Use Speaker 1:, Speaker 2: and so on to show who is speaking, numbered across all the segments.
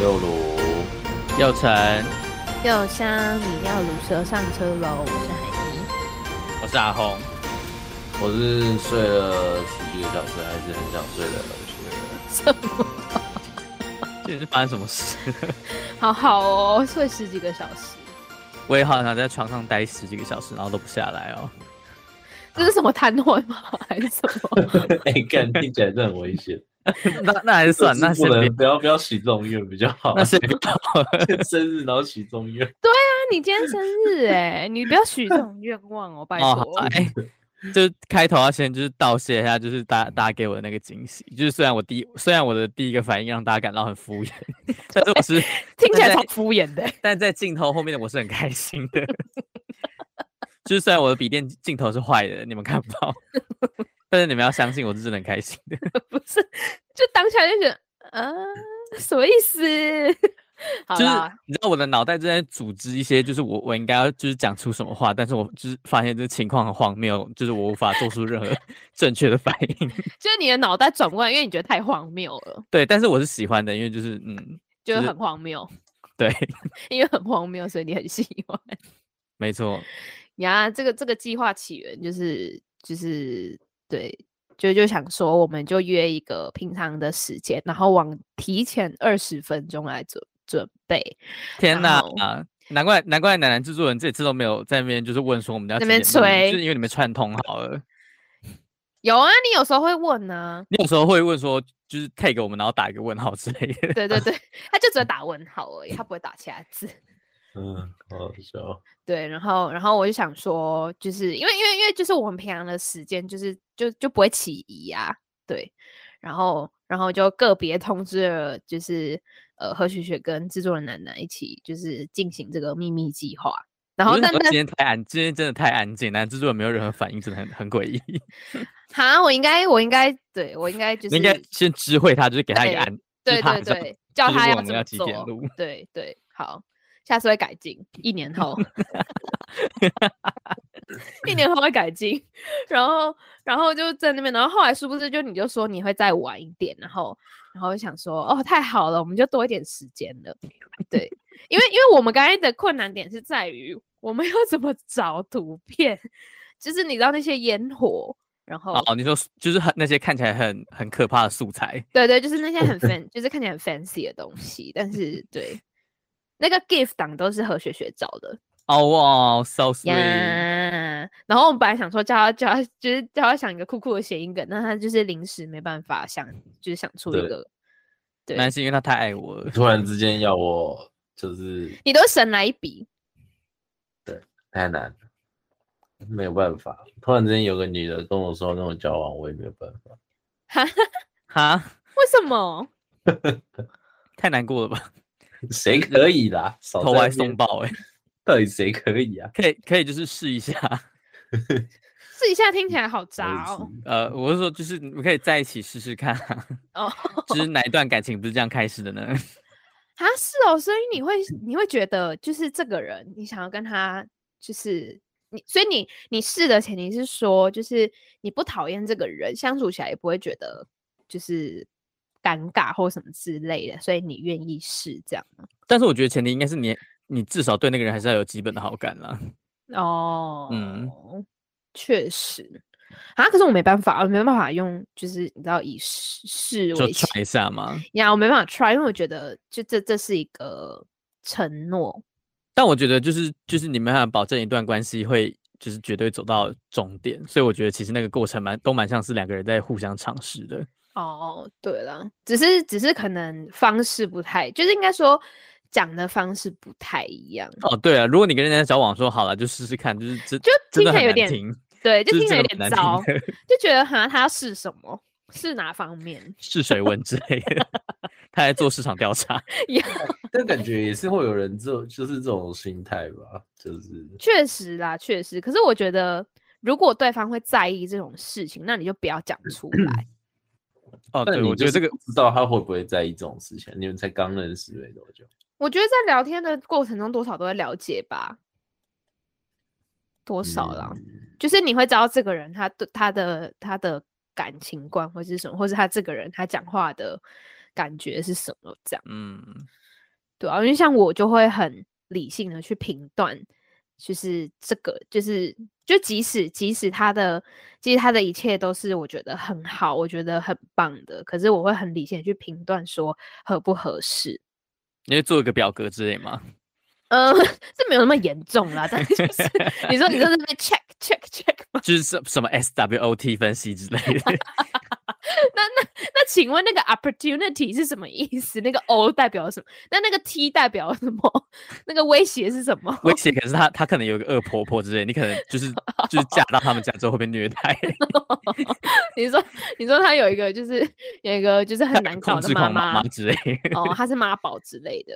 Speaker 1: 右鲁，
Speaker 2: 右城，
Speaker 3: 右香，你要卤蛇上车喽！我是海尼。
Speaker 2: 我是阿红。
Speaker 1: 我是睡了十几个小时，还是很想睡的人。
Speaker 2: 这里是发生什么事？
Speaker 3: 好好哦，睡十几个小时，
Speaker 2: 我也好想在床上待十几个小时，然后都不下来哦。
Speaker 3: 这是什么瘫痪吗？还是什么？啊
Speaker 1: 哎、干，听起来真的很危险。
Speaker 2: 那那还是 算，
Speaker 1: 就
Speaker 2: 那
Speaker 1: 是
Speaker 2: 先
Speaker 1: 不
Speaker 2: 别
Speaker 1: 能，不要不要许这种愿比较好。
Speaker 2: 那先不 要。
Speaker 1: 生日然后许这种愿，
Speaker 3: 那你今天生日哎、你不要许这种愿望哦，拜
Speaker 2: 哦，好
Speaker 3: 托。
Speaker 2: 啦，哎、就是开头要先就是道谢一下，就是大大家给我的那个惊喜，就是虽然我第一虽然我的第一个反应让大家感到很敷衍， 但是我是
Speaker 3: 听起来
Speaker 2: 但
Speaker 3: 超
Speaker 2: 在
Speaker 3: 敷衍的、
Speaker 2: 但在镜头后面的我是很开心的， 就是虽然我的笔电镜头是坏的，你们看不到， 但是你们要相信我是真的很开心的。
Speaker 3: 不是？就当下就觉得，啊，什么意 思？好
Speaker 2: 就是
Speaker 3: 啦，
Speaker 2: 你知道我的脑袋正在组织一些，就是我我应该要就是讲出什么话，但是我就是发现这情况很荒谬，就是我无法做出任何 正确的反应。
Speaker 3: 就是你的脑袋转不过来，因为你觉得太荒谬了，
Speaker 2: 对，但是我是喜欢的，因为就是嗯，
Speaker 3: 觉得
Speaker 2: 就是
Speaker 3: 很荒谬，
Speaker 2: 对，
Speaker 3: 因为很荒谬，所以你很喜欢。
Speaker 2: 没错，
Speaker 3: 呀，这个这个计划起源就是就是对，就就想说，我们就约一个平常的时间，然后往提前二十分钟来准准备。
Speaker 2: 天哪
Speaker 3: 后
Speaker 2: 啊！难怪难怪奶奶制作人这次都没有在那边就是问说我们要
Speaker 3: 那
Speaker 2: 几点
Speaker 3: 边
Speaker 2: 录音就
Speaker 3: 催
Speaker 2: 是因为你们串通好了。
Speaker 3: 有啊，你有时候会问啊，
Speaker 2: 你有时候会问说就是 tag 我们，然后打一个问号之类的。
Speaker 3: 对对对，他就只会打问号而已，他不会打其他字。
Speaker 1: 嗯，好好笑。
Speaker 3: 对，然后然后我就想说，就是因为因为因为就是我们平常的时间就是就就不会起疑啊，对，然后然后就个别通知了，就是呃何雪雪跟制作人楠楠一起就是进行这个秘密计划，然
Speaker 2: 我
Speaker 3: 后
Speaker 2: 就
Speaker 3: 但
Speaker 2: 想说
Speaker 3: 但
Speaker 2: 今天太安，今天真的太安静，奶奶制作人没有任何反应，真的很很诡异。
Speaker 3: 哈，我应该我应该对我应该就
Speaker 2: 你
Speaker 3: 是
Speaker 2: 应该先知会他，就是给他一个
Speaker 3: 对
Speaker 2: 安，就是
Speaker 3: 对
Speaker 2: 他
Speaker 3: 对
Speaker 2: 知道
Speaker 3: 对，叫
Speaker 2: 就是
Speaker 3: 他
Speaker 2: 问我
Speaker 3: 要怎
Speaker 2: 们
Speaker 3: 么
Speaker 2: 要几
Speaker 3: 做
Speaker 2: 点录，
Speaker 3: 对对，好，下次会改进，一年后，一年后会改进，然后然后就在那边，然后后来殊不知就你就说你会再晚一点，然后然后就想说哦太好了，我们就多一点时间了，对，因为因为我们刚才的困难点是在于我们要怎么找图片，就是你知道那些烟火。然后
Speaker 2: 哦，你说就是很那些看起来很很可怕的素材，
Speaker 3: 对对，就是那些很 fan，就是看起来很 fancy 的东西，但是对，那个 GIF 档都是何雪雪找的
Speaker 2: 哦哇，so sweet，
Speaker 3: 呀。然后我们本来想说叫他叫他，就是叫他想一个酷酷的谐音梗，但他就是临时没办法想，就是想出一
Speaker 1: 对
Speaker 3: 个。对，
Speaker 2: 男性因为他太爱我了，
Speaker 1: 突然之间要我就是
Speaker 3: 你都神来一笔，
Speaker 1: 太难了，没有办法。突然之间有个女的跟我说那种交往，我也没有办法。
Speaker 3: 哈，
Speaker 2: 哈，
Speaker 3: 为什么？
Speaker 2: 太难过了吧，
Speaker 1: 谁可以啦？少哦
Speaker 2: 投
Speaker 1: 在
Speaker 2: 怀
Speaker 1: 那边
Speaker 2: 送，抱哎，
Speaker 1: 到底谁可以啊？
Speaker 2: 可以可以就是试一下，
Speaker 3: 试一下听起来好渣
Speaker 1: 我
Speaker 3: 哦。
Speaker 2: 呃，我是说就是你们可以在一起试试看啊，
Speaker 3: 哦，
Speaker 2: 就是哪一段感情不是这样开始的呢？
Speaker 3: 啊是哦，所以你会你会觉得就是这个人，你想要跟他就是你，所以你你试的前提是说，就是你不讨厌这个人，相处起来也不会觉得就是尴尬或什么之类的，所以你愿意试这样吗
Speaker 2: 但是我觉得前提应该是你你至少对那个人还是要有基本的好感啦，
Speaker 3: 哦，
Speaker 2: 嗯，
Speaker 3: 确实。啊！可是我没办法，我没办法用，就是你知道以试试
Speaker 2: 就
Speaker 3: 为
Speaker 2: 踹一下嘛。
Speaker 3: 呀，我没办法 try，因为我觉得就这这是一个承诺，
Speaker 2: 但我觉得就是就是你没办法保证一段关系会就是绝对走到终点，所以我觉得其实那个过程蛮都蛮像是两个人在互相尝试的。
Speaker 3: 哦，对了，只是只是可能方式不太，就是应该说讲的方式不太一样，
Speaker 2: 哦，对了，如果你跟人家交往说好了就试试看，就是真
Speaker 3: 就
Speaker 2: 真
Speaker 3: 听
Speaker 2: 的
Speaker 3: 起来
Speaker 2: 很
Speaker 3: 有
Speaker 2: 难
Speaker 3: 点，
Speaker 2: 听，
Speaker 3: 对，就
Speaker 2: 就是
Speaker 3: 听起来有
Speaker 2: 真的
Speaker 3: 点
Speaker 2: 很
Speaker 3: 糟
Speaker 2: 难，听的
Speaker 3: 就觉得哈，他要试什么？试哪方面？
Speaker 2: 试水温之类 的。他在做市场调查，
Speaker 1: 但感觉也是会有人这种就是这种心态吧，就是
Speaker 3: 确实啦，确实。可是我觉得，如果对方会在意这种事情，那你就不要
Speaker 2: 嗯
Speaker 3: 讲出来。
Speaker 2: 哦，
Speaker 1: 但
Speaker 2: 对，
Speaker 1: 你
Speaker 2: 我
Speaker 1: 就
Speaker 2: 觉得这
Speaker 1: 是
Speaker 2: 个
Speaker 1: 不知道他会不会在意这种事情，你们才刚认识没多久，
Speaker 3: 我觉得在聊天的过程中，多少都会了解吧，多少啦。
Speaker 1: 嗯
Speaker 3: 就是你会知道这个人他对他的他的感情观或是什么，或是他这个人他讲话的感觉是什么这样。
Speaker 2: 嗯，
Speaker 3: 对啊，因为像我就会很理性的去评断，就是这个，就是就即使即使他的，即使他的一切都是我觉得很好，我觉得很棒的，可是我会很理性的去评断说合不合适。
Speaker 2: 你会做一个表格之类吗？
Speaker 3: 呃， 这没有那么严重啦，但是就是 你说你在那边 check check check 吗？
Speaker 2: 就是什什么 SWOT 分析之类 的，
Speaker 3: 那那那，请问那个 opportunity 是什么意思？那个 O 代表什么？那那个 T 代表什么？ 那个威胁是什么？
Speaker 2: 威胁可能是他他可能有一个恶婆婆之类，你可能就是就是嫁到他们家之后会被虐 待，
Speaker 3: 你说，你说他有一个就是有一个就是很难搞
Speaker 2: 控
Speaker 3: 的
Speaker 2: 制
Speaker 3: 妈
Speaker 2: 狂妈
Speaker 3: 妈
Speaker 2: 妈之类
Speaker 3: 哦，他是妈宝之类的，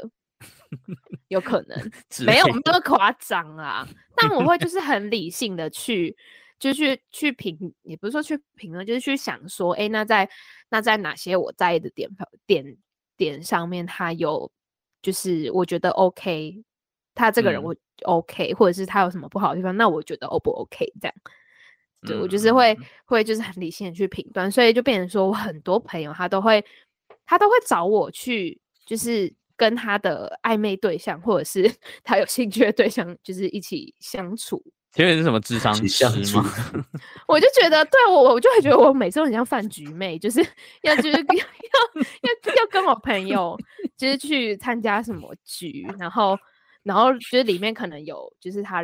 Speaker 3: 有可能
Speaker 2: 之
Speaker 3: 没有
Speaker 2: 类
Speaker 3: 没那么夸张 啦。但我会就是很理性的去，就去去评，也不是说去评论，就是去想说，哎，那在那在哪些我在意的点 点点上面，他有就是我觉得 OK，他这个人
Speaker 2: 嗯
Speaker 3: 我 OK，、或者是他有什么不好的地方，那我觉得 O 不 OK 这样。对我就是
Speaker 2: 嗯
Speaker 3: 会会就是很理性的去评断，所以就变成说我很多朋友他都会他都会找我去，就是跟他的暧昧对象或者是 他有兴趣的对象，就是一起相处。
Speaker 2: 前面是什么智商
Speaker 1: 一起
Speaker 2: 师
Speaker 1: 相处
Speaker 2: 吗？
Speaker 3: 我就觉得，对我我就会觉得我每次都很像饭局妹，就是 要就是要要要跟我朋友就是去参加什么局，然后然后就是里面可能有就是他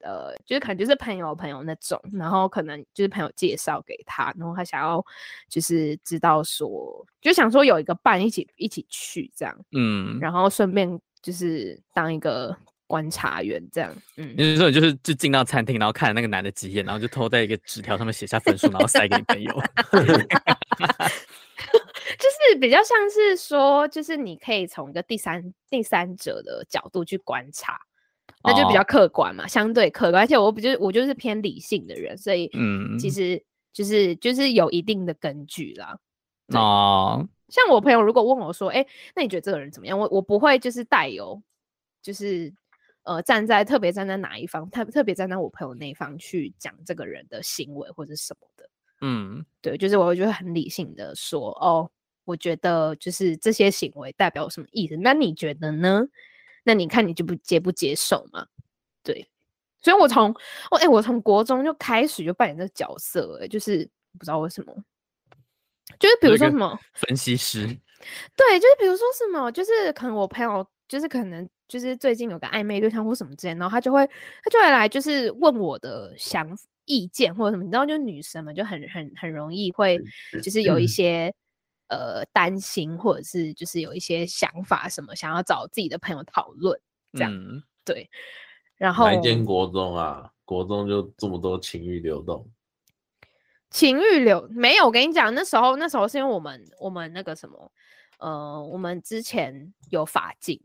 Speaker 3: 呃就是可能就是朋友朋友那种，然后可能就是朋友介绍给他，然后他想要就是知道说就想说有一个伴一起一起去这样，
Speaker 2: 嗯，
Speaker 3: 然后顺便就是当一个观察员这样，嗯。
Speaker 2: 你是说你就是就进到餐厅，然后看那个男的几眼，然后就偷在一个纸条上面写下分数，然后塞给你朋友。
Speaker 3: 就是比较像是说，就是你可以从一个第三第三者的角度去观察，那就比较
Speaker 2: 哦
Speaker 3: 客观嘛，相对客观。而且我不就是我就是偏理性的人，所以
Speaker 2: 嗯，
Speaker 3: 其实就是就是有一定的根据啦。
Speaker 2: 哦，
Speaker 3: 像我朋友如果问我说，哎、那你觉得这个人怎么样？我我不会就是带有，就是呃站在特别站在哪一方，特特别站在我朋友那一方去讲这个人的行为或者什么的。
Speaker 2: 嗯，
Speaker 3: 对，就是我就会很理性的说，哦，我觉得就是这些行为代表什么意思？那你觉得呢？那你看你就不接不接受嘛？对，所以我从我哎、我从国中就开始就扮演这个角色、哎，就是不知道为什么，就是比
Speaker 2: 有
Speaker 3: 如
Speaker 2: 一
Speaker 3: 说
Speaker 2: 个
Speaker 3: 什么，
Speaker 2: 分析师，
Speaker 3: 对，就是比如说什么，就是可能我朋友就是可能就是最近有个暧昧对象或什么之类的，然后他就会他就会来就是问我的想法意见或者什么，你知道，就女生嘛，就很很很容易会就是有
Speaker 1: 嗯
Speaker 3: 一些呃担心或者是就是有一些想法什么，想要找自己的朋友讨论， 这样
Speaker 2: 嗯，
Speaker 3: 对，然后
Speaker 1: 哪一间国中啊？国中就这么多情欲流动，
Speaker 3: 情欲流没有，我跟你讲，那时候那时候是因为我们我们那个什么，呃，我们之前有法禁，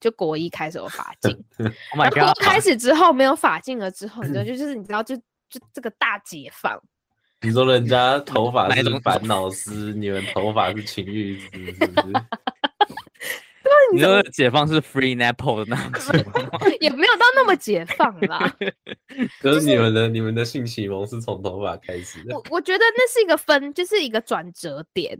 Speaker 3: 就国一开始有法禁，
Speaker 2: Oh my
Speaker 3: 然后
Speaker 2: god！
Speaker 3: 开始之后没有法禁了之后， 你知道就就是你知道就就这个大解放，
Speaker 1: 你说人 家头发
Speaker 2: 哪一
Speaker 1: 是
Speaker 2: 种
Speaker 1: 烦恼丝，你们头发是情欲丝， 是不是？
Speaker 2: 你说解放是 free nipple 的那种解放吗，
Speaker 3: 也没有到那么解放 啦。
Speaker 1: 可是你们的你们的性启蒙是从头发开始的
Speaker 3: 我，我觉得那是一个分，就是一个转折点，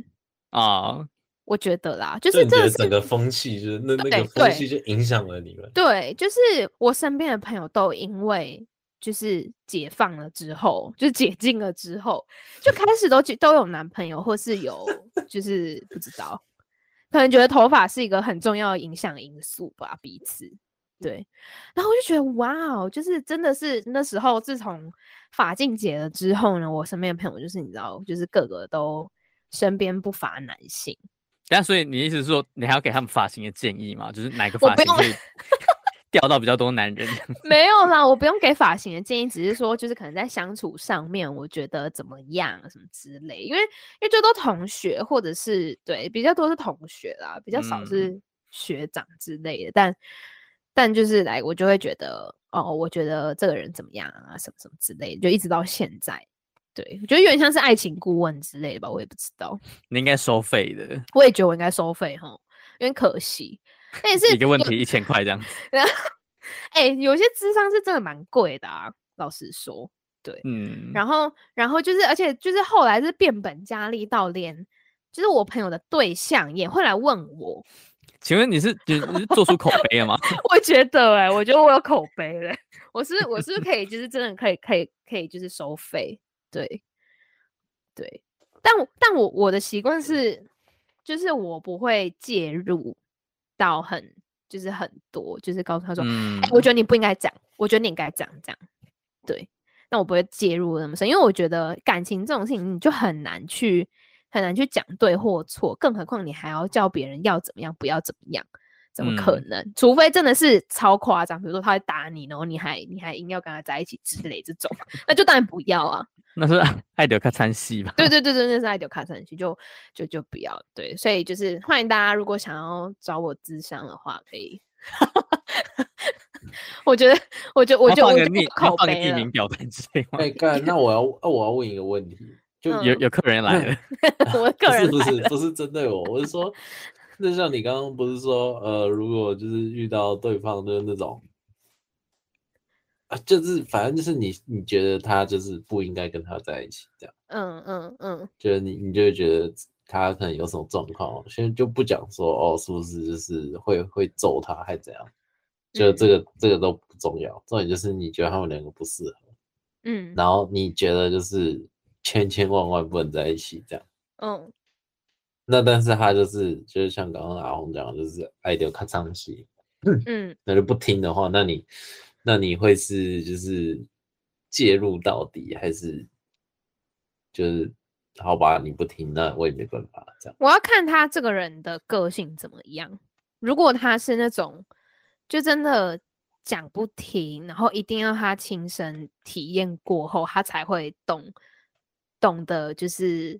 Speaker 2: 哦，
Speaker 3: 我觉得啦，就
Speaker 1: 就是你
Speaker 3: 这
Speaker 1: 觉得
Speaker 3: 个
Speaker 1: 整
Speaker 3: 是
Speaker 1: 个风气就是那那
Speaker 3: 对
Speaker 1: 个风
Speaker 3: 对
Speaker 1: 气就影响了你们。
Speaker 3: 对，就是我身边的朋友都因为就是解放了之后，就是解禁了之后，就开始都都有男朋友，或是有就是不知道，可能觉得头发是一个很重要的影响因素吧，彼此。对，然后我就觉得哇哦，就是真的是那时候，自从法禁解了之后呢，我身边的朋友就是你知道，就是个个都身边不乏男性。
Speaker 2: 但所以你意思是说，你还要给他们发型的建议吗？就是哪个
Speaker 3: 我
Speaker 2: 发
Speaker 3: 不
Speaker 2: 型
Speaker 3: 用
Speaker 2: 可 以钓到比较多男人？
Speaker 3: 没有啦，我不用给发型的建议，只是说就是可能在相处上面，我觉得怎么样啊什么之类，因为因为最多同学或者是对比较多是同学啦，比较少
Speaker 2: 嗯
Speaker 3: 是学长之类的，但但就是来我就会觉得哦，我觉得这个人怎么样啊，什么什么之类的，就一直到现在。对，我觉得有点像是爱情顾问之类的吧，我也不知道，
Speaker 2: 你应该收费的，
Speaker 3: 我也觉得我应该收费哈，有点可惜。但也是
Speaker 2: 一个问题一千块这样子。
Speaker 3: 哎、有些智商是真的蛮贵的啊，老实说，对。
Speaker 2: 嗯，
Speaker 3: 然后，然后就是，而且就是后来是变本加厉到连，就是我朋友的对象也会来问我，
Speaker 2: 请问你是你你是做出口碑了吗？
Speaker 3: 我觉得哎、我觉得我有口碑嘞、我是我是可以，就是真的可以可以可以，就是收费，对对。但我但我我的习惯是，就是我不会介入到很就是很多，就是告诉他说，
Speaker 2: 嗯
Speaker 3: 哎，我觉得你不应该讲，我觉得你应该讲这样，对。那我不会介入那么深，因为我觉得感情这种事情，你就很难去很难去讲对或错，更何况你还要叫别人要怎么样，不要怎么样，怎么可能？除非真的是超夸张，比如说他会打你，然后你还你还硬要跟他在一起之类这种， 那就当然不要啊。
Speaker 2: 那是爱德克参戏吧？
Speaker 3: 对对对对，那是爱丢卡上去，就就就不要对，所以就是欢迎大家，如果想要找我咨商的话，可以。 我觉得，我觉得，我
Speaker 2: 然后放
Speaker 3: 觉得我
Speaker 2: 个
Speaker 3: 就
Speaker 2: 匿
Speaker 3: 有口
Speaker 2: 放个
Speaker 3: 碑
Speaker 2: 匿
Speaker 3: 了。
Speaker 2: 名 表单之类吗？
Speaker 1: 哎，干，那我要啊，我要问一个问题，就
Speaker 3: 嗯
Speaker 2: 有有客人来 了，
Speaker 3: 我
Speaker 1: 不
Speaker 3: 个人
Speaker 1: 是不是不是针对我，我是说，那像你刚刚不是说，呃，如果就是遇到对方就是那种，啊，就是反正就是你你觉得他就是不应该跟他在一起，这样，
Speaker 3: 嗯嗯嗯，
Speaker 1: 就是你你就会觉得他可能有什么状况，现在就不讲说哦是不是就是会会揍他还怎样，就这个、这个都不重要，重点就是你觉得他们两个不适合，
Speaker 3: 嗯
Speaker 1: 然后你觉得就是千千万万不能在一起这样。
Speaker 3: 嗯，
Speaker 1: 那但是他就是就是像刚刚阿红讲的，就是爱丢看上戏，
Speaker 3: 嗯，
Speaker 1: 那就不听的话，那你那你会是就是介入到底，还是就是好吧？你不听，那我也没办法这样。
Speaker 3: 我要看他这个人的个性怎么样。如果他是那种就真的讲不停，然后一定要他亲身体验过后，他才会懂懂得就是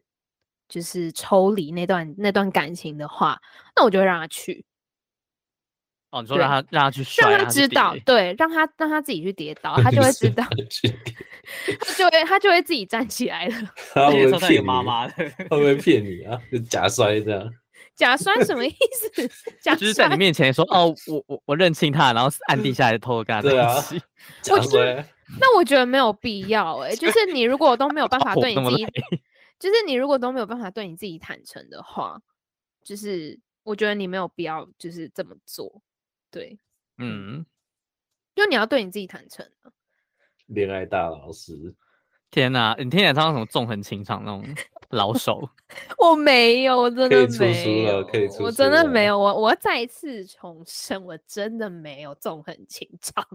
Speaker 3: 就是抽离那段那段感情的话，那我就会让他去，
Speaker 2: 哦，你说
Speaker 3: 对
Speaker 2: 让他让他去摔，
Speaker 3: 让
Speaker 2: 让
Speaker 3: 他知
Speaker 2: 去
Speaker 3: 道
Speaker 2: 跌，
Speaker 3: 对，让他让他自己去跌倒，哦他就 会知道，他就会他就会自己站起来了。
Speaker 1: 他
Speaker 2: 而
Speaker 1: 会
Speaker 2: 且
Speaker 1: 不
Speaker 2: 说
Speaker 1: 会
Speaker 2: 他有
Speaker 1: 骗你
Speaker 2: 妈
Speaker 1: 啊，
Speaker 2: 妈的，
Speaker 1: 他会不会骗你啊？就假摔 这样，
Speaker 3: 假酸什么意思？ 假
Speaker 2: 就是在你
Speaker 3: 酸
Speaker 2: 面前说哦，我我我认清他，然后暗地下来偷偷跟他
Speaker 1: 对
Speaker 2: 在
Speaker 1: 啊
Speaker 2: 一起，
Speaker 1: 假
Speaker 3: 就是
Speaker 1: 摔啊。
Speaker 3: 那我觉得没有必 要哎、就是你如果都 没有办法
Speaker 2: 我
Speaker 3: 对
Speaker 2: 那
Speaker 3: 你
Speaker 2: 么
Speaker 3: 自己
Speaker 2: 累，
Speaker 3: 就是你如果都没有办法对你自己坦诚的话，就是我觉得你没有必要就是这么做，对，
Speaker 2: 嗯，
Speaker 3: 就你要对你自己坦诚啊。
Speaker 1: 恋爱大老师，
Speaker 2: 天哪，你听起来像什么纵横情场那种老手，
Speaker 3: 我没有，我真
Speaker 1: 可以
Speaker 3: 的
Speaker 1: 出书
Speaker 3: 没
Speaker 1: 了
Speaker 3: 有，
Speaker 1: 可以出
Speaker 3: 我
Speaker 1: 书
Speaker 3: 真的
Speaker 1: 了
Speaker 3: 没有，我我要再一次重申，我真的没有纵横情场，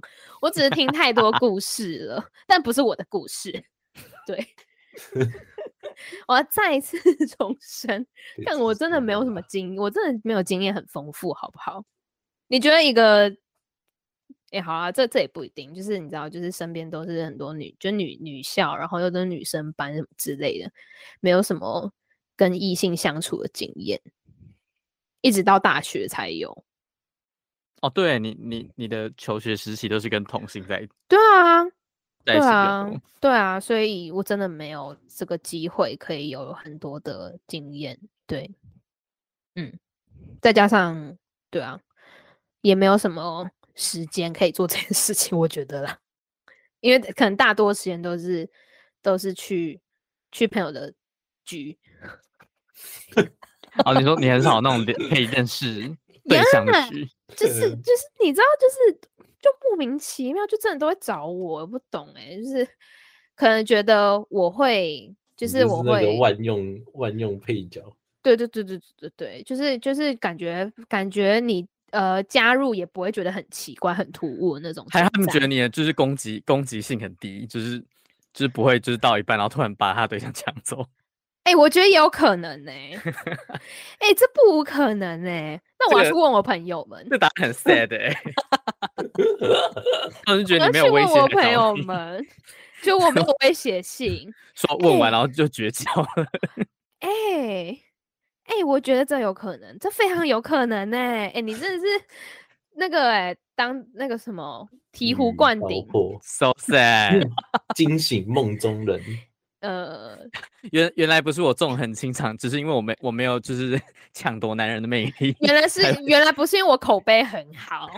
Speaker 3: 我只是听太多故事了，但不是我的故事， 对。 我要再一次 重申，
Speaker 1: 可以
Speaker 3: 但
Speaker 1: 出
Speaker 3: 我真的
Speaker 1: 书
Speaker 3: 没有什
Speaker 1: 了
Speaker 3: 么经，我真的没有经验很丰富，好不好？你觉得一个，也好啊，这这也不一定，就是你知道，就是身边都是很多女，就女女校，然后又都是女生班什么之类的，没有什么跟异性相处的经验，一直到大学才有。
Speaker 2: 哦，对你你你的求学时期都是跟同性在
Speaker 3: 对啊，
Speaker 2: 在一起
Speaker 3: 对
Speaker 2: 比
Speaker 3: 啊
Speaker 2: 较多，，
Speaker 3: 对啊，所以我真的没有这个机会可以有很多的经验。对，嗯，再加上对啊，也没有什么时间可以做这件事情，我觉得啦，因为可能大多时间都是都是去去朋友的局，
Speaker 2: 哦，你说你很少那种连可以认 识对象的局，
Speaker 3: 就
Speaker 1: 对
Speaker 3: 是就是你知道，就是就莫名其妙，就真的都会找我，我不懂哎、就是可能觉得我会。就
Speaker 1: 你
Speaker 3: 是我
Speaker 1: 那
Speaker 3: 会
Speaker 1: 个万用万用配角，
Speaker 3: 对对对对对对，就是就是感觉感觉你呃加入也不会觉得很奇怪、很突兀的那种存在。
Speaker 2: 还有他们觉得你的就是攻击攻击性很低，就是就是不会就是到一半然后突然把他对象抢走，
Speaker 3: 哎、我觉得也有可能呢、欸。哎、这不无可能呢、那
Speaker 2: 这
Speaker 3: 我要
Speaker 2: 个
Speaker 3: 去问我朋友们，
Speaker 2: 这答案很 sad 哎、欸，他们就觉
Speaker 3: 我
Speaker 2: 得
Speaker 3: 要
Speaker 2: 你没
Speaker 3: 去
Speaker 2: 有威
Speaker 3: 问
Speaker 2: 胁
Speaker 3: 我
Speaker 2: 来找
Speaker 3: 朋友
Speaker 2: 你
Speaker 3: 们，就我没有威胁性。
Speaker 2: 说问
Speaker 3: 哎
Speaker 2: 完然后就绝交了，
Speaker 3: 哎、哎、我觉得这有可能，这非常有可能呢、欸。哎、你真的是那个哎、当那个什么醍醐
Speaker 1: 嗯
Speaker 3: 灌
Speaker 1: 爆
Speaker 3: 顶，
Speaker 1: 破
Speaker 2: so sad。
Speaker 1: 惊醒梦中人。
Speaker 3: 呃，
Speaker 2: 原原来不是我纵横情场，只是因为我没我没有就是 抢夺男人的魅力，
Speaker 3: 原来是原来不是因为我口碑很好。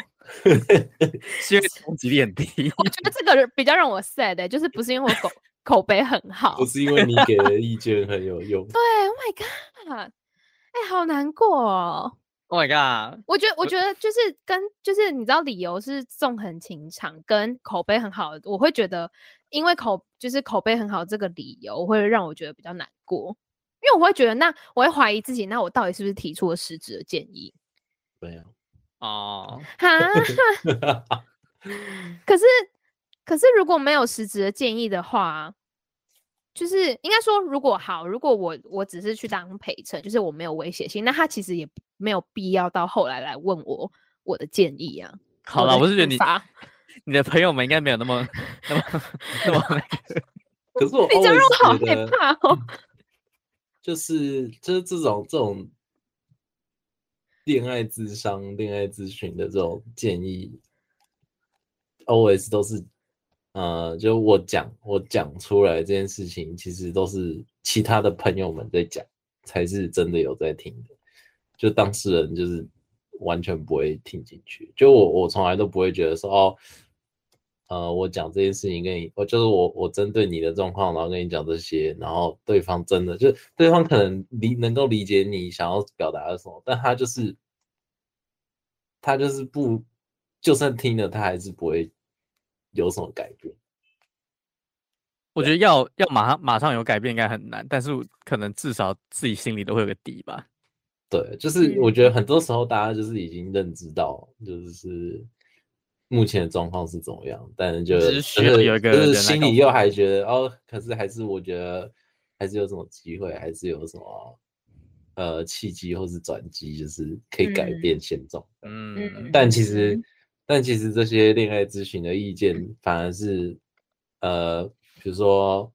Speaker 2: 是因为攻击力很低。
Speaker 3: 我觉得这个人比较让我 sad，、欸、就是不是因为我 口口碑很好，
Speaker 1: 不
Speaker 3: 对
Speaker 1: 是因为你给 的意见很有用，
Speaker 3: ，Oh my god，哎、好难过哦，
Speaker 2: Oh my god！
Speaker 3: 我觉
Speaker 1: 呃
Speaker 3: 得，我觉得就是跟就是你知道，理由是纵横情场跟口碑很好，我会觉得因为口就是口碑很好这个理由会让我觉得比较难过，因为我会觉得那我会怀疑自己，那我到底是不是提出了实质的建议？
Speaker 1: 没有，
Speaker 2: 哦，
Speaker 3: 哈，可是可是如果没有实质的建议的话，就是应该说，如果好，如果我我只是去当陪衬，就是我没有威胁性，那他其实也没有必要到后来来问我我的建议啊。
Speaker 2: 好了，
Speaker 3: 的
Speaker 2: 我是觉得
Speaker 3: 想
Speaker 2: 你
Speaker 3: 法
Speaker 2: 你的朋友们应该没有那么那么那么
Speaker 1: 可是我
Speaker 3: 你这样让我好
Speaker 1: always 觉
Speaker 3: 害
Speaker 1: 得
Speaker 3: 怕哦。
Speaker 1: 就是就是这种这种恋爱智商、恋爱咨询的这种建议，always 都是呃，就我讲我讲出来这件事情，其实都是其他的朋友们在讲，才是真的有在听的。就当事人就是完全不会听进去，就我我从来都不会觉得说哦。呃，我讲这件事情跟你，我就是我我针对你的状况，然后跟你讲这些，然后对方真的就是对方可能理能够理解你想要表达的什么，但他就是他就是不，就算听了，他还是不会有什么改变。
Speaker 2: 我觉得要要马上马上有改变应该很难，但是我可能至少自己心里都会有个底吧。
Speaker 1: 对，
Speaker 2: 嗯
Speaker 1: 就是我觉得很多时候大家就是已经认知到，就是目前的状况是怎么样，但是就
Speaker 2: 只是需要
Speaker 1: 是
Speaker 2: 有一个
Speaker 1: 就
Speaker 2: 人
Speaker 1: 是
Speaker 2: 来
Speaker 1: 心
Speaker 2: 告
Speaker 1: 里
Speaker 2: 诉
Speaker 1: 又还觉得哦，可是还是我觉得还是有什么机会，还是有什么呃契机或是转机，就是可以改
Speaker 3: 嗯
Speaker 1: 变现状。
Speaker 2: 嗯，
Speaker 1: 但其实
Speaker 3: 嗯，
Speaker 1: 但其实这些恋爱咨询的意见反而是，呃，比如说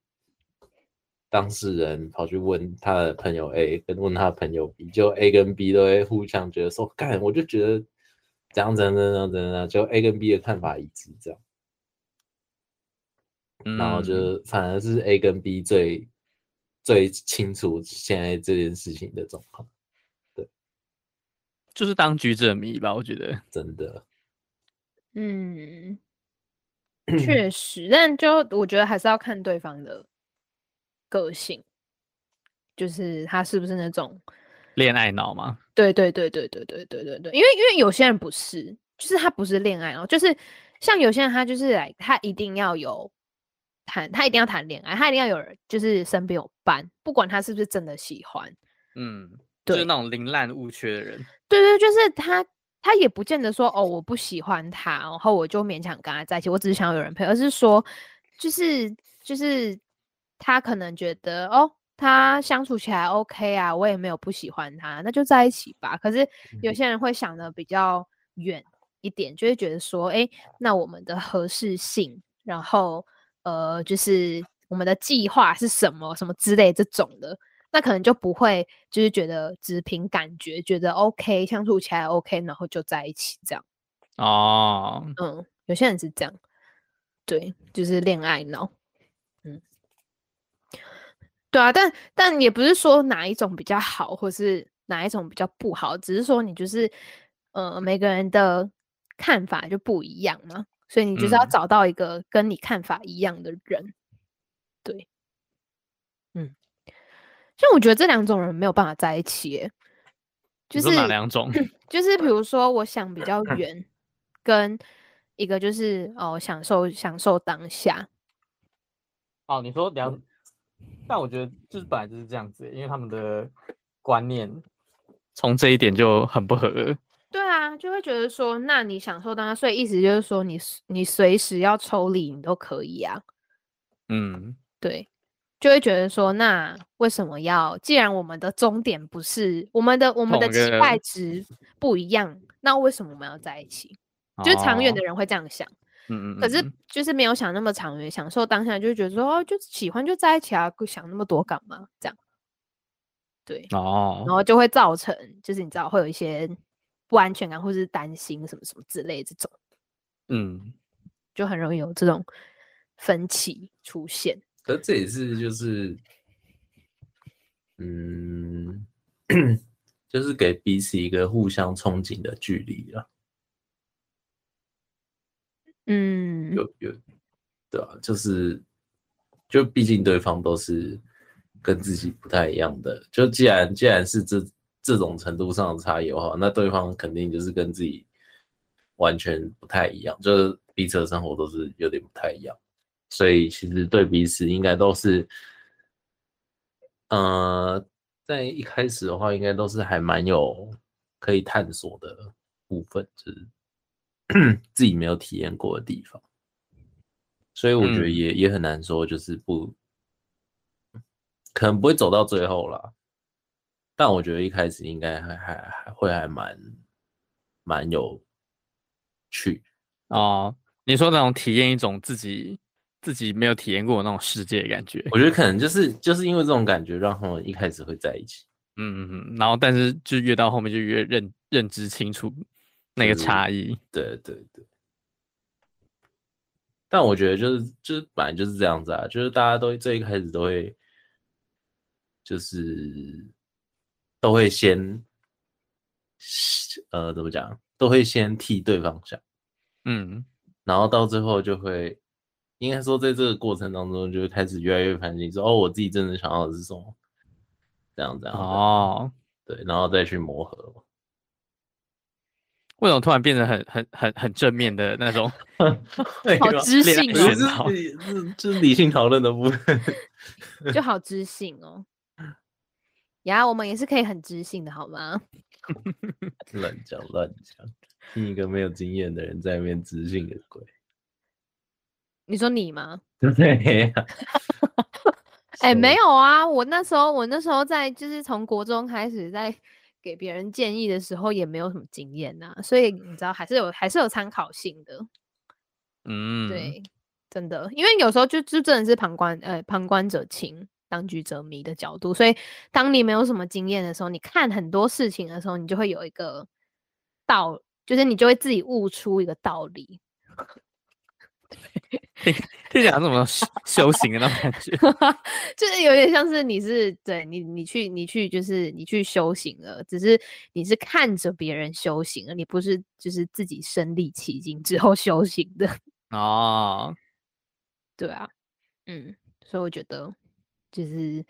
Speaker 1: 当事人跑去问他的朋友 A，跟问他的朋友 B，就 A 跟 B 都会互相觉得说，干，我就觉得怎样怎样怎样怎样怎样，就 A 跟 B 的看法一致这样，然后
Speaker 2: 嗯
Speaker 1: 就反而是 A 跟 B 最最清楚现在这件事情的状况，
Speaker 2: 就是当局者迷吧，我觉得。
Speaker 1: 真的，
Speaker 3: 嗯，确实，但就我觉得还是要看对方的个性，就是他是不是那种，
Speaker 2: 恋爱脑嘛，
Speaker 3: 对对对对对对对对对，因为因为有些人不是，就是他不是恋爱哦，就是像有些人他就是来，他一定要有谈，他一定要谈恋爱，他一定要有人，就是身边有伴，不管他是不是真的喜欢，
Speaker 2: 嗯，就是
Speaker 3: 对
Speaker 2: 那种凌滥勿缺的人，
Speaker 3: 对对，就是他，他也不见得说哦，我不喜欢他，然后我就勉强跟他在一起，我只是想要有人陪，而是说，就是就是他可能觉得哦，他相处起来 OK 啊，我也没有不喜欢他，那就在一起吧。可是有些人会想的比较远一点，就会觉得说，哎，那我们的合适性，然后呃，就是我们的计划是什么什么之类这种的，那可能就不会就是觉得只凭感觉，觉得 OK 相处起来 OK，然后就在一起这样。
Speaker 2: 哦，
Speaker 3: 嗯，有些人是这样，对，就是恋爱脑。嗯，对啊，但但也不是说哪一种比较好，或是哪一种比较不好，只是说你就是呃每个人的看法就不一样嘛，所以你就是要
Speaker 2: 嗯
Speaker 3: 找到一个跟你看法一样的人。对，嗯，像我觉得这两种人没有办法在一起耶，就
Speaker 2: 你
Speaker 3: 是
Speaker 2: 说哪两种？
Speaker 3: 就是比如说，我想比较远，跟一个就是哦享受享受当下。
Speaker 2: 哦，你说两，但我觉得就是本来就是这样子，因为他们的观念从这一点就很不合了。
Speaker 3: 对啊，就会觉得说，那你享受当下，所以意思就是说你随，你随时要抽离，你都可以啊。
Speaker 2: 嗯，
Speaker 3: 对，就会觉得说，那为什么要？既然我们的终点不是我们的我们的
Speaker 2: 同一
Speaker 3: 期
Speaker 2: 个
Speaker 3: 待值不一样，那为什么我们要在一起？就是长远的
Speaker 2: 哦，
Speaker 3: 人会这样想。
Speaker 2: 嗯嗯，
Speaker 3: 可是
Speaker 2: 嗯
Speaker 3: 就是没有想那么长远，享受当下，就会觉得说哦，就喜欢就在一起啊，想那么多干嘛？这样，对，
Speaker 2: 嗯
Speaker 3: 然
Speaker 2: 哦，
Speaker 3: 后就会造成就是你知道会有一些不安全感或是担心什么什么之类这种，
Speaker 2: 嗯，
Speaker 3: 就很容易有这种分歧出现。
Speaker 1: 可这也是就是，嗯， 就是给彼此一个互相憧憬的距离啊，
Speaker 3: 嗯，
Speaker 1: 有有，对啊，就是，就毕竟对方都是跟自己不太一样的，就既然既然是这这种程度上的差异的话，那对方肯定就是跟自己完全不太一样，就是彼此的生活都是有点不太一样，所以其实对彼此应该都是，呃，在一开始的话，应该都是还蛮有可以探索的部分，就是 自己没有体验过的地方，所以我觉得
Speaker 2: 嗯
Speaker 1: 也、也很难说，就是不可能不会走到最后啦。但我觉得一开始应该还还还会还蛮蛮有趣，
Speaker 2: 哦，你说那种体验一种自己自己没有体验过的那种世界的感觉，
Speaker 1: 我觉得可能就是就是因为这种感觉，让他们一开始会在一起。
Speaker 2: 嗯嗯嗯，然后但是就越到后面就越认认知清楚那个
Speaker 1: 就是
Speaker 2: 差异，
Speaker 1: 对对对。但我觉得就是就是本来就是这样子啊，就是大家都最一开始都会，就是都会先，呃，怎么讲，都会先替对方想。
Speaker 2: 嗯，
Speaker 1: 然后到最后就会，应该说在这个过程当中，就会开始越来越反省，说哦，我自己真的想要的是什么，这样这样，
Speaker 2: 哦，
Speaker 1: 对，然后再去磨合。
Speaker 2: 为什么突然变得很很很很正面的那种
Speaker 1: 对
Speaker 3: 好
Speaker 1: 吧
Speaker 3: 知
Speaker 2: 恋爱
Speaker 3: 性
Speaker 1: 不
Speaker 3: 哦
Speaker 1: 是
Speaker 2: 选
Speaker 1: 这
Speaker 2: 好
Speaker 1: 是这这是理性讨论的部分，
Speaker 3: 就好知性哦。呀，我们也是可以很知性的，好吗？
Speaker 1: 乱讲乱讲，听一个没有经验的人在那边自信个鬼，
Speaker 3: 你说你吗？
Speaker 1: 对呀、啊
Speaker 3: 哎、没
Speaker 1: 有，
Speaker 3: 有啊，我那时候我那时候在就是从国中开始在给别人建议的时候，也没有什么经验呐、所以你知道还是有还是有参考性的，
Speaker 2: 嗯，
Speaker 3: 对，真的，因为有时候就就真的是旁观呃旁观者清，当局者迷的角度，所以当你没有什么经验的时候，你看很多事情的时候，你就会有一个道，就是你就会自己悟出一个道理，
Speaker 2: 听起来像什么修行的那种感觉，
Speaker 3: 就是有点像是你是对你你去你去就是你去修行了，只是你是看着别人修行了，你不是就是自己身历其境之后 修行的，
Speaker 2: 哦，
Speaker 3: 对啊，嗯，所以我觉得就是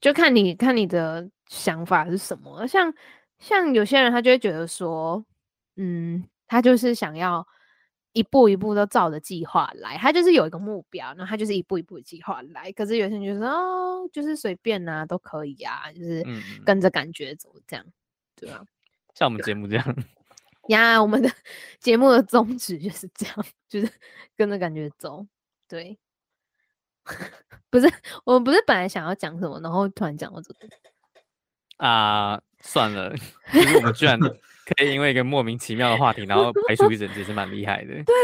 Speaker 3: 就看你看你的想法是什么，像像有些人他就会觉得说，嗯，他就是想要。一步一步都照着计划来，他就是有一个目标，然后他就是一步一步的计划来。可是有些人就说哦，就是随便啊，都可以啊，就是
Speaker 2: 嗯，
Speaker 3: 跟着感觉走这样，对啊。
Speaker 2: 像我们节目这样，
Speaker 3: 呀，我们的节目的宗旨就是这样，就是跟着感觉走。对， 不是我们不是本来想要讲什么，然后突然讲到这个，
Speaker 2: 啊、算了，其实我们居然可以因为一个莫名其妙的话题，然后排除一整集是蛮厉害的。对，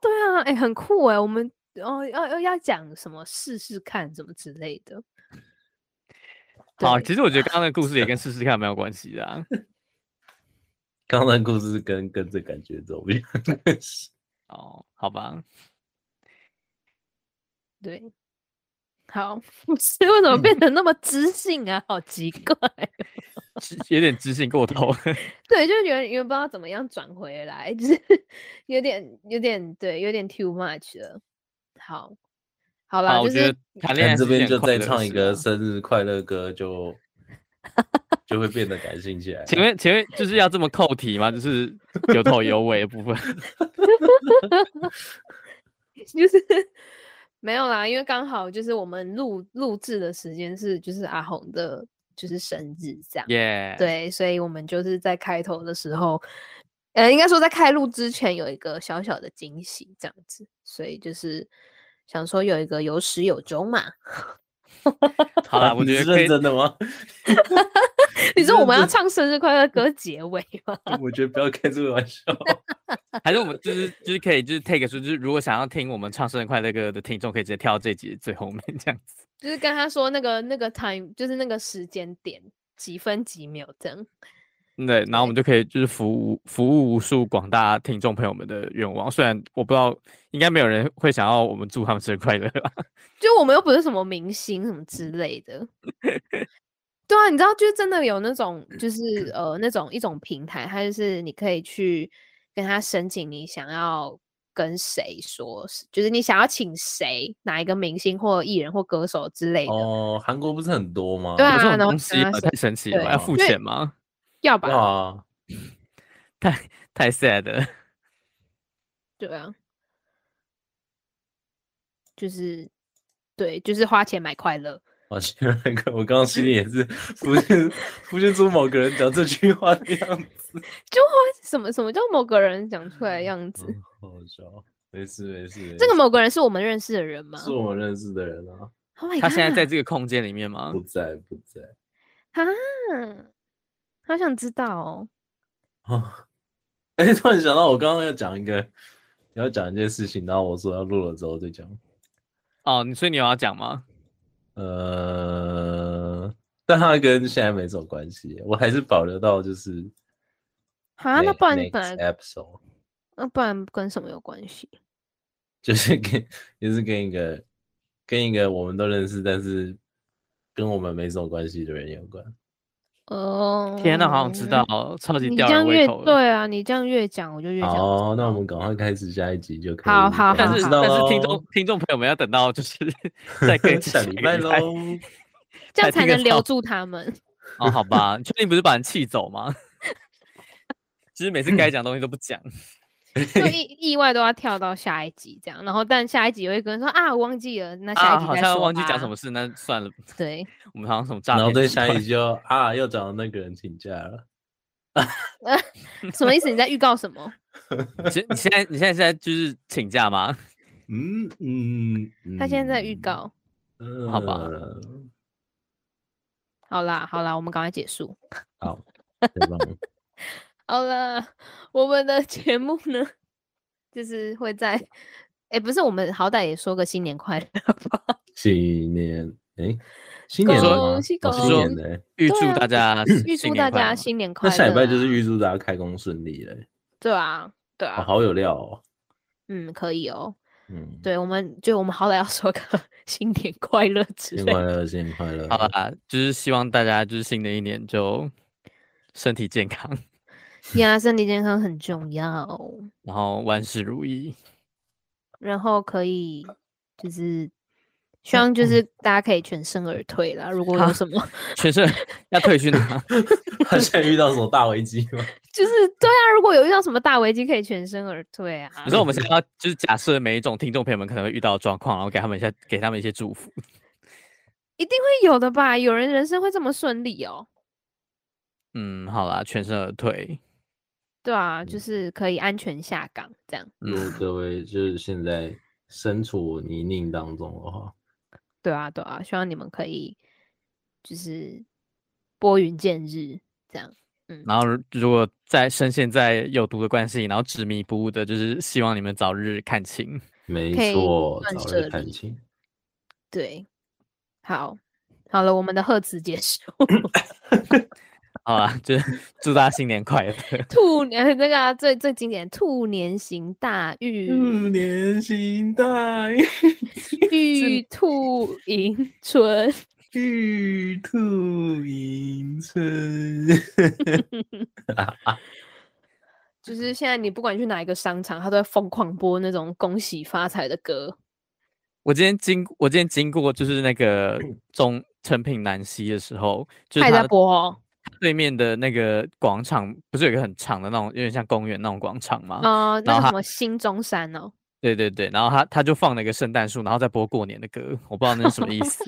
Speaker 3: 对啊，哎、很酷哎、我们哦要要要讲什么试试看什么之类的。
Speaker 2: 好，
Speaker 3: 对
Speaker 2: 其实我觉得刚刚的故事也跟试试看没有关系的、啊。
Speaker 1: 刚才故事跟跟这感觉走不一样，
Speaker 2: 哦，好吧，
Speaker 3: 对，好， 不是为什么变得那么知性啊？好奇怪，
Speaker 2: 知有点知性过头。
Speaker 3: 对，就有点有点不知道怎么样转回来， 就是有点有点对，有点 too much 了。好，好啦，
Speaker 2: 好，我
Speaker 3: 啊就
Speaker 2: 觉
Speaker 3: 是
Speaker 2: 得谈恋爱
Speaker 1: 但这
Speaker 2: 是一
Speaker 1: 边
Speaker 2: 件
Speaker 1: 就
Speaker 2: 快
Speaker 1: 再
Speaker 2: 乐的
Speaker 1: 唱一
Speaker 2: 事
Speaker 1: 个
Speaker 2: 啊
Speaker 1: 生日快乐歌就就会变得感性起来。
Speaker 2: 请问，请问就是要这么扣题吗？就是有头有尾的部分。
Speaker 3: 就是没有啦，因为刚好就是我们录录制的时间是就是阿红的，就是生日这样。
Speaker 2: 耶、，
Speaker 3: 对，所以我们就是在开头的时候，呃，应该说在开录之前有一个小小的惊喜这样子，所以就是想说有一个有始有终嘛。
Speaker 2: 好啦，我
Speaker 1: 啊你
Speaker 2: 觉
Speaker 1: 是
Speaker 2: 得可以
Speaker 1: 认。真的 吗？
Speaker 3: 你说我们
Speaker 2: 嗯
Speaker 3: 要
Speaker 1: 认
Speaker 3: 唱生日快乐歌结尾吗？
Speaker 1: 我觉得不要开这个玩 笑。
Speaker 2: 还是我们就是就是可以就是 take 出，就是如果想要听我们唱生日快乐歌的听众，可以直接跳到这集的最后面这样子。
Speaker 3: 就是跟他说那个那个 time，就是那个时间点几分几秒这样。
Speaker 2: 对，然后我们就可以就是服务服务无数广大听众朋友们的愿望。虽然我不知道，应该没有人会想要我们祝他们生日快乐吧？
Speaker 3: 就我们又不是什么明星什么之类 的。对啊，你知道，就真的有那种，就是
Speaker 1: 嗯
Speaker 3: 呃，那种一种平台，它就是你可以去跟他申请你想要跟谁说，就是你想要请谁，哪一个明星或艺人或歌手之类的，
Speaker 1: 哦，韩国不是很多吗？
Speaker 3: 对啊
Speaker 2: 有这种
Speaker 3: 然后
Speaker 2: 东西
Speaker 3: 跟他
Speaker 2: 啊太神奇了吧，
Speaker 1: 对
Speaker 2: 要付
Speaker 3: 因为
Speaker 2: 钱吗？
Speaker 3: 要吧？
Speaker 1: 哇，
Speaker 2: 太 sad 了。
Speaker 3: 对啊，就是对，就是花钱买快乐。
Speaker 1: 我去那个，我刚刚心里也是不是不是出某个人讲这句话的样子，
Speaker 3: 就花什么什么叫某个人讲出来的样子？
Speaker 1: 嗯好好笑，没事没事，
Speaker 3: 这个
Speaker 1: 没
Speaker 3: 某个人是我们认识的人吗
Speaker 1: 事是我认识的人啊，
Speaker 3: ？Oh my god！
Speaker 2: 他现在在这个空间里面吗
Speaker 1: 不？在不在
Speaker 3: 啊，好想知道哦。
Speaker 1: 啊，哎，突然想到我刚刚要讲一个，要讲一件事情，然后我说要录了之后再讲，
Speaker 2: 哦，你所以你有要讲吗？
Speaker 1: 呃，但它跟现在没什么关系，我还是保留到就是
Speaker 3: 啊，那
Speaker 1: ne-
Speaker 3: 不然
Speaker 1: next
Speaker 3: 本来
Speaker 1: episode。
Speaker 3: 那不然跟什么有关系？
Speaker 1: 就是跟就是跟一个跟一个我们都认识，但是跟我们没什么关系的人有关。
Speaker 3: 哦，
Speaker 2: 天呐，好想知道，哦，超级
Speaker 3: 你这
Speaker 2: 吊人
Speaker 3: 样
Speaker 2: 胃
Speaker 3: 越
Speaker 2: 口了。哦
Speaker 3: 对啊，你这样越讲我就越想知道。
Speaker 1: 好，那我们赶快开始下一集就可以。
Speaker 3: 好好
Speaker 1: 大
Speaker 2: 但
Speaker 1: 家
Speaker 2: 是
Speaker 1: 知道
Speaker 2: 但是听
Speaker 1: 咯
Speaker 2: 众听众朋友们要等到就是 再 更
Speaker 1: 下礼拜喽。
Speaker 3: 这
Speaker 2: 才
Speaker 3: 样才
Speaker 2: 听得
Speaker 3: 能留
Speaker 2: 到
Speaker 3: 住 他们。
Speaker 2: 哦，好吧，你确定不是把人气走吗？ 其实每次该讲的东西都不讲，
Speaker 3: 嗯 就意意外都要跳到下一集这样，然后但下一集有一个人说啊忘记了，那下
Speaker 2: 啊，
Speaker 3: 一集
Speaker 2: 好
Speaker 3: 再
Speaker 2: 像
Speaker 3: 说
Speaker 2: 忘记讲
Speaker 3: 吧
Speaker 2: 什么。事，那算了，
Speaker 3: 对，
Speaker 2: 我们好像什么诈
Speaker 1: 然后
Speaker 2: 骗
Speaker 1: 对
Speaker 2: 集团。
Speaker 1: 下一集就啊，又找到那个人请假了。
Speaker 3: 什么意思？你在预告什么？
Speaker 2: 你现你现在你现在是在就是请假 吗？
Speaker 1: 嗯嗯，
Speaker 3: 他现在在 预
Speaker 1: 嗯，
Speaker 3: 告。
Speaker 1: 嗯
Speaker 2: 好吧
Speaker 3: 好啦，好啦，我们赶快结束。
Speaker 1: 好，太棒了
Speaker 3: 好了，我们的 节目呢，就是会在，哎、不是，我们好歹也说个新年快乐吧。
Speaker 1: 新年哎，新年了吗
Speaker 3: 恭喜
Speaker 1: 哦
Speaker 3: 恭
Speaker 1: 新年
Speaker 2: 喜
Speaker 1: 的欸。
Speaker 2: 预
Speaker 3: 对
Speaker 2: 祝
Speaker 3: 啊
Speaker 2: 大家
Speaker 1: 嗯
Speaker 3: 预
Speaker 2: 新
Speaker 3: 祝
Speaker 2: 年快乐
Speaker 3: 大家
Speaker 2: 嘛
Speaker 3: 新年快
Speaker 1: 那
Speaker 3: 乐啊。
Speaker 1: 下礼拜就是预祝大家开工顺利嘞，
Speaker 3: 对啊，对
Speaker 1: 哦
Speaker 3: 啊，
Speaker 1: 好有料哦。
Speaker 3: 嗯，可以哦。
Speaker 1: 嗯，
Speaker 3: 对，我们就我们好歹要说个 新年快乐之
Speaker 1: 新
Speaker 3: 类
Speaker 1: 年
Speaker 3: 的。
Speaker 1: 快乐，新年快乐。
Speaker 2: 好啦，就是希望大家就是新的一年就身体健康，
Speaker 3: 呀，身体健康很重要，
Speaker 2: 然后万事如意。
Speaker 3: 然后可以就是希望
Speaker 1: 嗯
Speaker 3: 就是大家可以全身而退啦。如果有
Speaker 2: 好
Speaker 3: 什么，
Speaker 2: 全身要退去哪？
Speaker 1: 他现在遇到什么大危机吗？
Speaker 3: 就是对啊，如果有遇到什么大危机，可以全身而退啊。
Speaker 2: 你说我们现在要就是假设每一种听众朋友们可能会遇到的状况，然后给他们一下给他们一些祝福。
Speaker 3: 一定会有的吧？有人人生会这么顺利哦？
Speaker 2: 嗯，好啦，全身而退。
Speaker 3: 对啊，就是可以安全下岗这样。
Speaker 1: 如果各位就是现在身处泥泞当中的话，
Speaker 3: 对啊，对啊，希望你们可以就是拨云见日这样。
Speaker 2: 然后如如果在深陷在有毒的关系，然后执迷不悟的，就是希望你们早日看清。
Speaker 1: 没
Speaker 3: 可以
Speaker 1: 错，
Speaker 3: 断
Speaker 1: 早
Speaker 3: 舍
Speaker 1: 日看
Speaker 3: 离
Speaker 1: 清。
Speaker 3: 对，好，好了，我们的贺词结束。
Speaker 2: 好 啦，就是祝大家新年快乐。
Speaker 3: 兔年 那个啊、最最经典，兔年行大运，
Speaker 1: 年行大
Speaker 3: 玉兔迎春。
Speaker 1: 玉，兔迎春。
Speaker 3: 就是现在，你不管去哪一个商场，他都会疯狂播那种恭喜发财的歌。
Speaker 2: 我今天经我今天经过就是那个
Speaker 1: 嗯
Speaker 2: 中成品南西的时候，就是
Speaker 3: 他也
Speaker 2: 它
Speaker 3: 在
Speaker 2: 的
Speaker 3: 播哦。
Speaker 2: 对面的那个广场，不是有一个很长的那种，有点像公园那种广场吗？
Speaker 1: 嗯
Speaker 3: 啊、
Speaker 2: 然
Speaker 3: 那
Speaker 2: 后
Speaker 3: 个
Speaker 2: 他
Speaker 3: 什么新中山哦，
Speaker 2: 对对对，然后他他就放了一个圣诞树，然后再播过年的歌，我不知道那是什么意 思。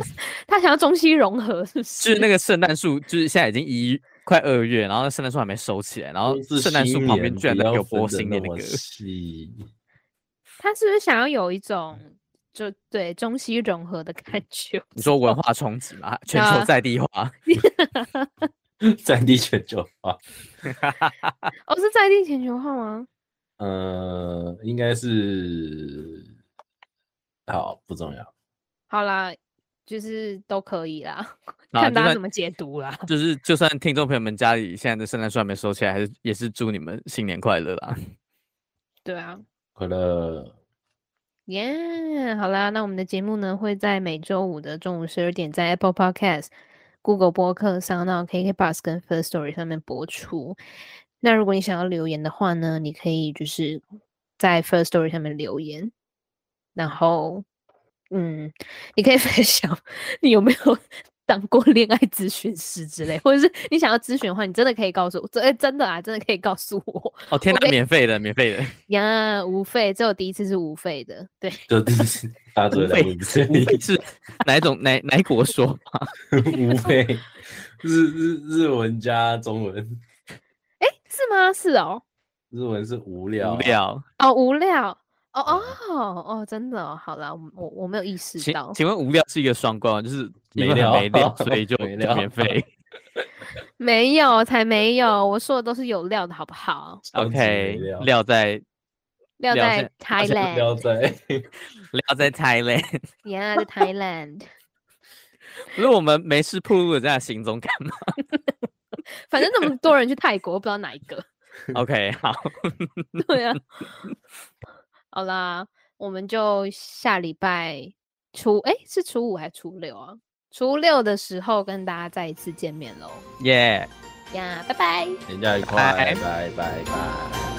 Speaker 3: 他想要中西融合，是不是？
Speaker 2: 就是那个圣诞树，就是现在已经一快二月，然后那圣诞树还没收起来，然后
Speaker 1: 都是
Speaker 2: 圣诞树
Speaker 1: 新
Speaker 2: 旁边
Speaker 1: 年
Speaker 2: 居然
Speaker 1: 不
Speaker 2: 在
Speaker 1: 要
Speaker 2: 有播
Speaker 1: 分得
Speaker 2: 新
Speaker 1: 那
Speaker 2: 年的
Speaker 1: 么
Speaker 2: 歌，
Speaker 1: 细
Speaker 3: 他是不是想要有一种就对中西融合的感觉？
Speaker 2: 你说
Speaker 3: 哦
Speaker 2: 文化冲击嘛，全球
Speaker 3: 啊
Speaker 2: 在地化，
Speaker 1: 在地全球化，
Speaker 3: 哦，是在地全球化吗？
Speaker 1: 呃，应该是好不重要。
Speaker 3: 好啦，就是都可以啦，
Speaker 2: 啊
Speaker 3: 看
Speaker 2: 就
Speaker 3: 大家
Speaker 2: 算
Speaker 3: 怎么解读啦。
Speaker 2: 就是就算听众朋友们家里现在的圣诞树还没收起来，还是也是祝你们新年快乐啦。
Speaker 3: 对啊，
Speaker 1: 快乐，
Speaker 3: 耶、好啦，那我们的节目呢会在每周五的中午十二点在 Apple Podcast、Google 播客、上 o u KKBox 跟 First Story 上面播出。那如果你想要留言的话呢，你可以就是在 First Story 上面留言，然后嗯，你可以 分享你有没有 当过恋爱咨询师之类，或者是你想要咨询的话，你真的可以告诉我，真、哎真的啊，真的可以告诉我
Speaker 2: 哦天
Speaker 3: 我
Speaker 2: 哪，
Speaker 3: 可以
Speaker 2: 免费的，免费的，
Speaker 3: 呀，无费，只有第一次是无费的，对，
Speaker 1: 就是 打嘴来不是
Speaker 2: 无非是哪一种哪哪一国说法？
Speaker 1: 无非日日日文加中文，
Speaker 3: 是吗？是哦，
Speaker 1: 日文是无聊
Speaker 2: 无
Speaker 1: 啊，
Speaker 2: 聊，
Speaker 3: 哦，无料。哦哦哦，真的哦，好啦，我我我没有意识
Speaker 2: 请
Speaker 3: 到，
Speaker 2: 请问无聊是一个双关吗，就是
Speaker 1: 没
Speaker 2: 因为很
Speaker 1: 料
Speaker 2: 没料，所以就
Speaker 1: 没
Speaker 2: 就
Speaker 1: 料
Speaker 2: 免费。
Speaker 3: 没有，才没有，我说的都是有料的，好不好？
Speaker 1: 超级无
Speaker 2: OK，
Speaker 1: 聊
Speaker 2: 料在
Speaker 3: 料
Speaker 2: 料
Speaker 3: 在
Speaker 2: 是而且
Speaker 1: 聊
Speaker 3: Thailand，
Speaker 1: 在
Speaker 2: 料在 Thailand，
Speaker 3: 呀，在 Thailand，
Speaker 2: 不是我们没事暴露了在行踪干嘛
Speaker 3: 反正那么多人去泰国，我不知道哪一个。
Speaker 2: ？OK，好，
Speaker 3: 对啊， 好啦，我们就下礼拜初，哎，是初五还是初六啊？初六的时候跟大家再一次见面喽，
Speaker 2: 耶、
Speaker 3: 呀，拜拜。
Speaker 1: 人家一块，
Speaker 2: 拜
Speaker 1: 拜拜拜。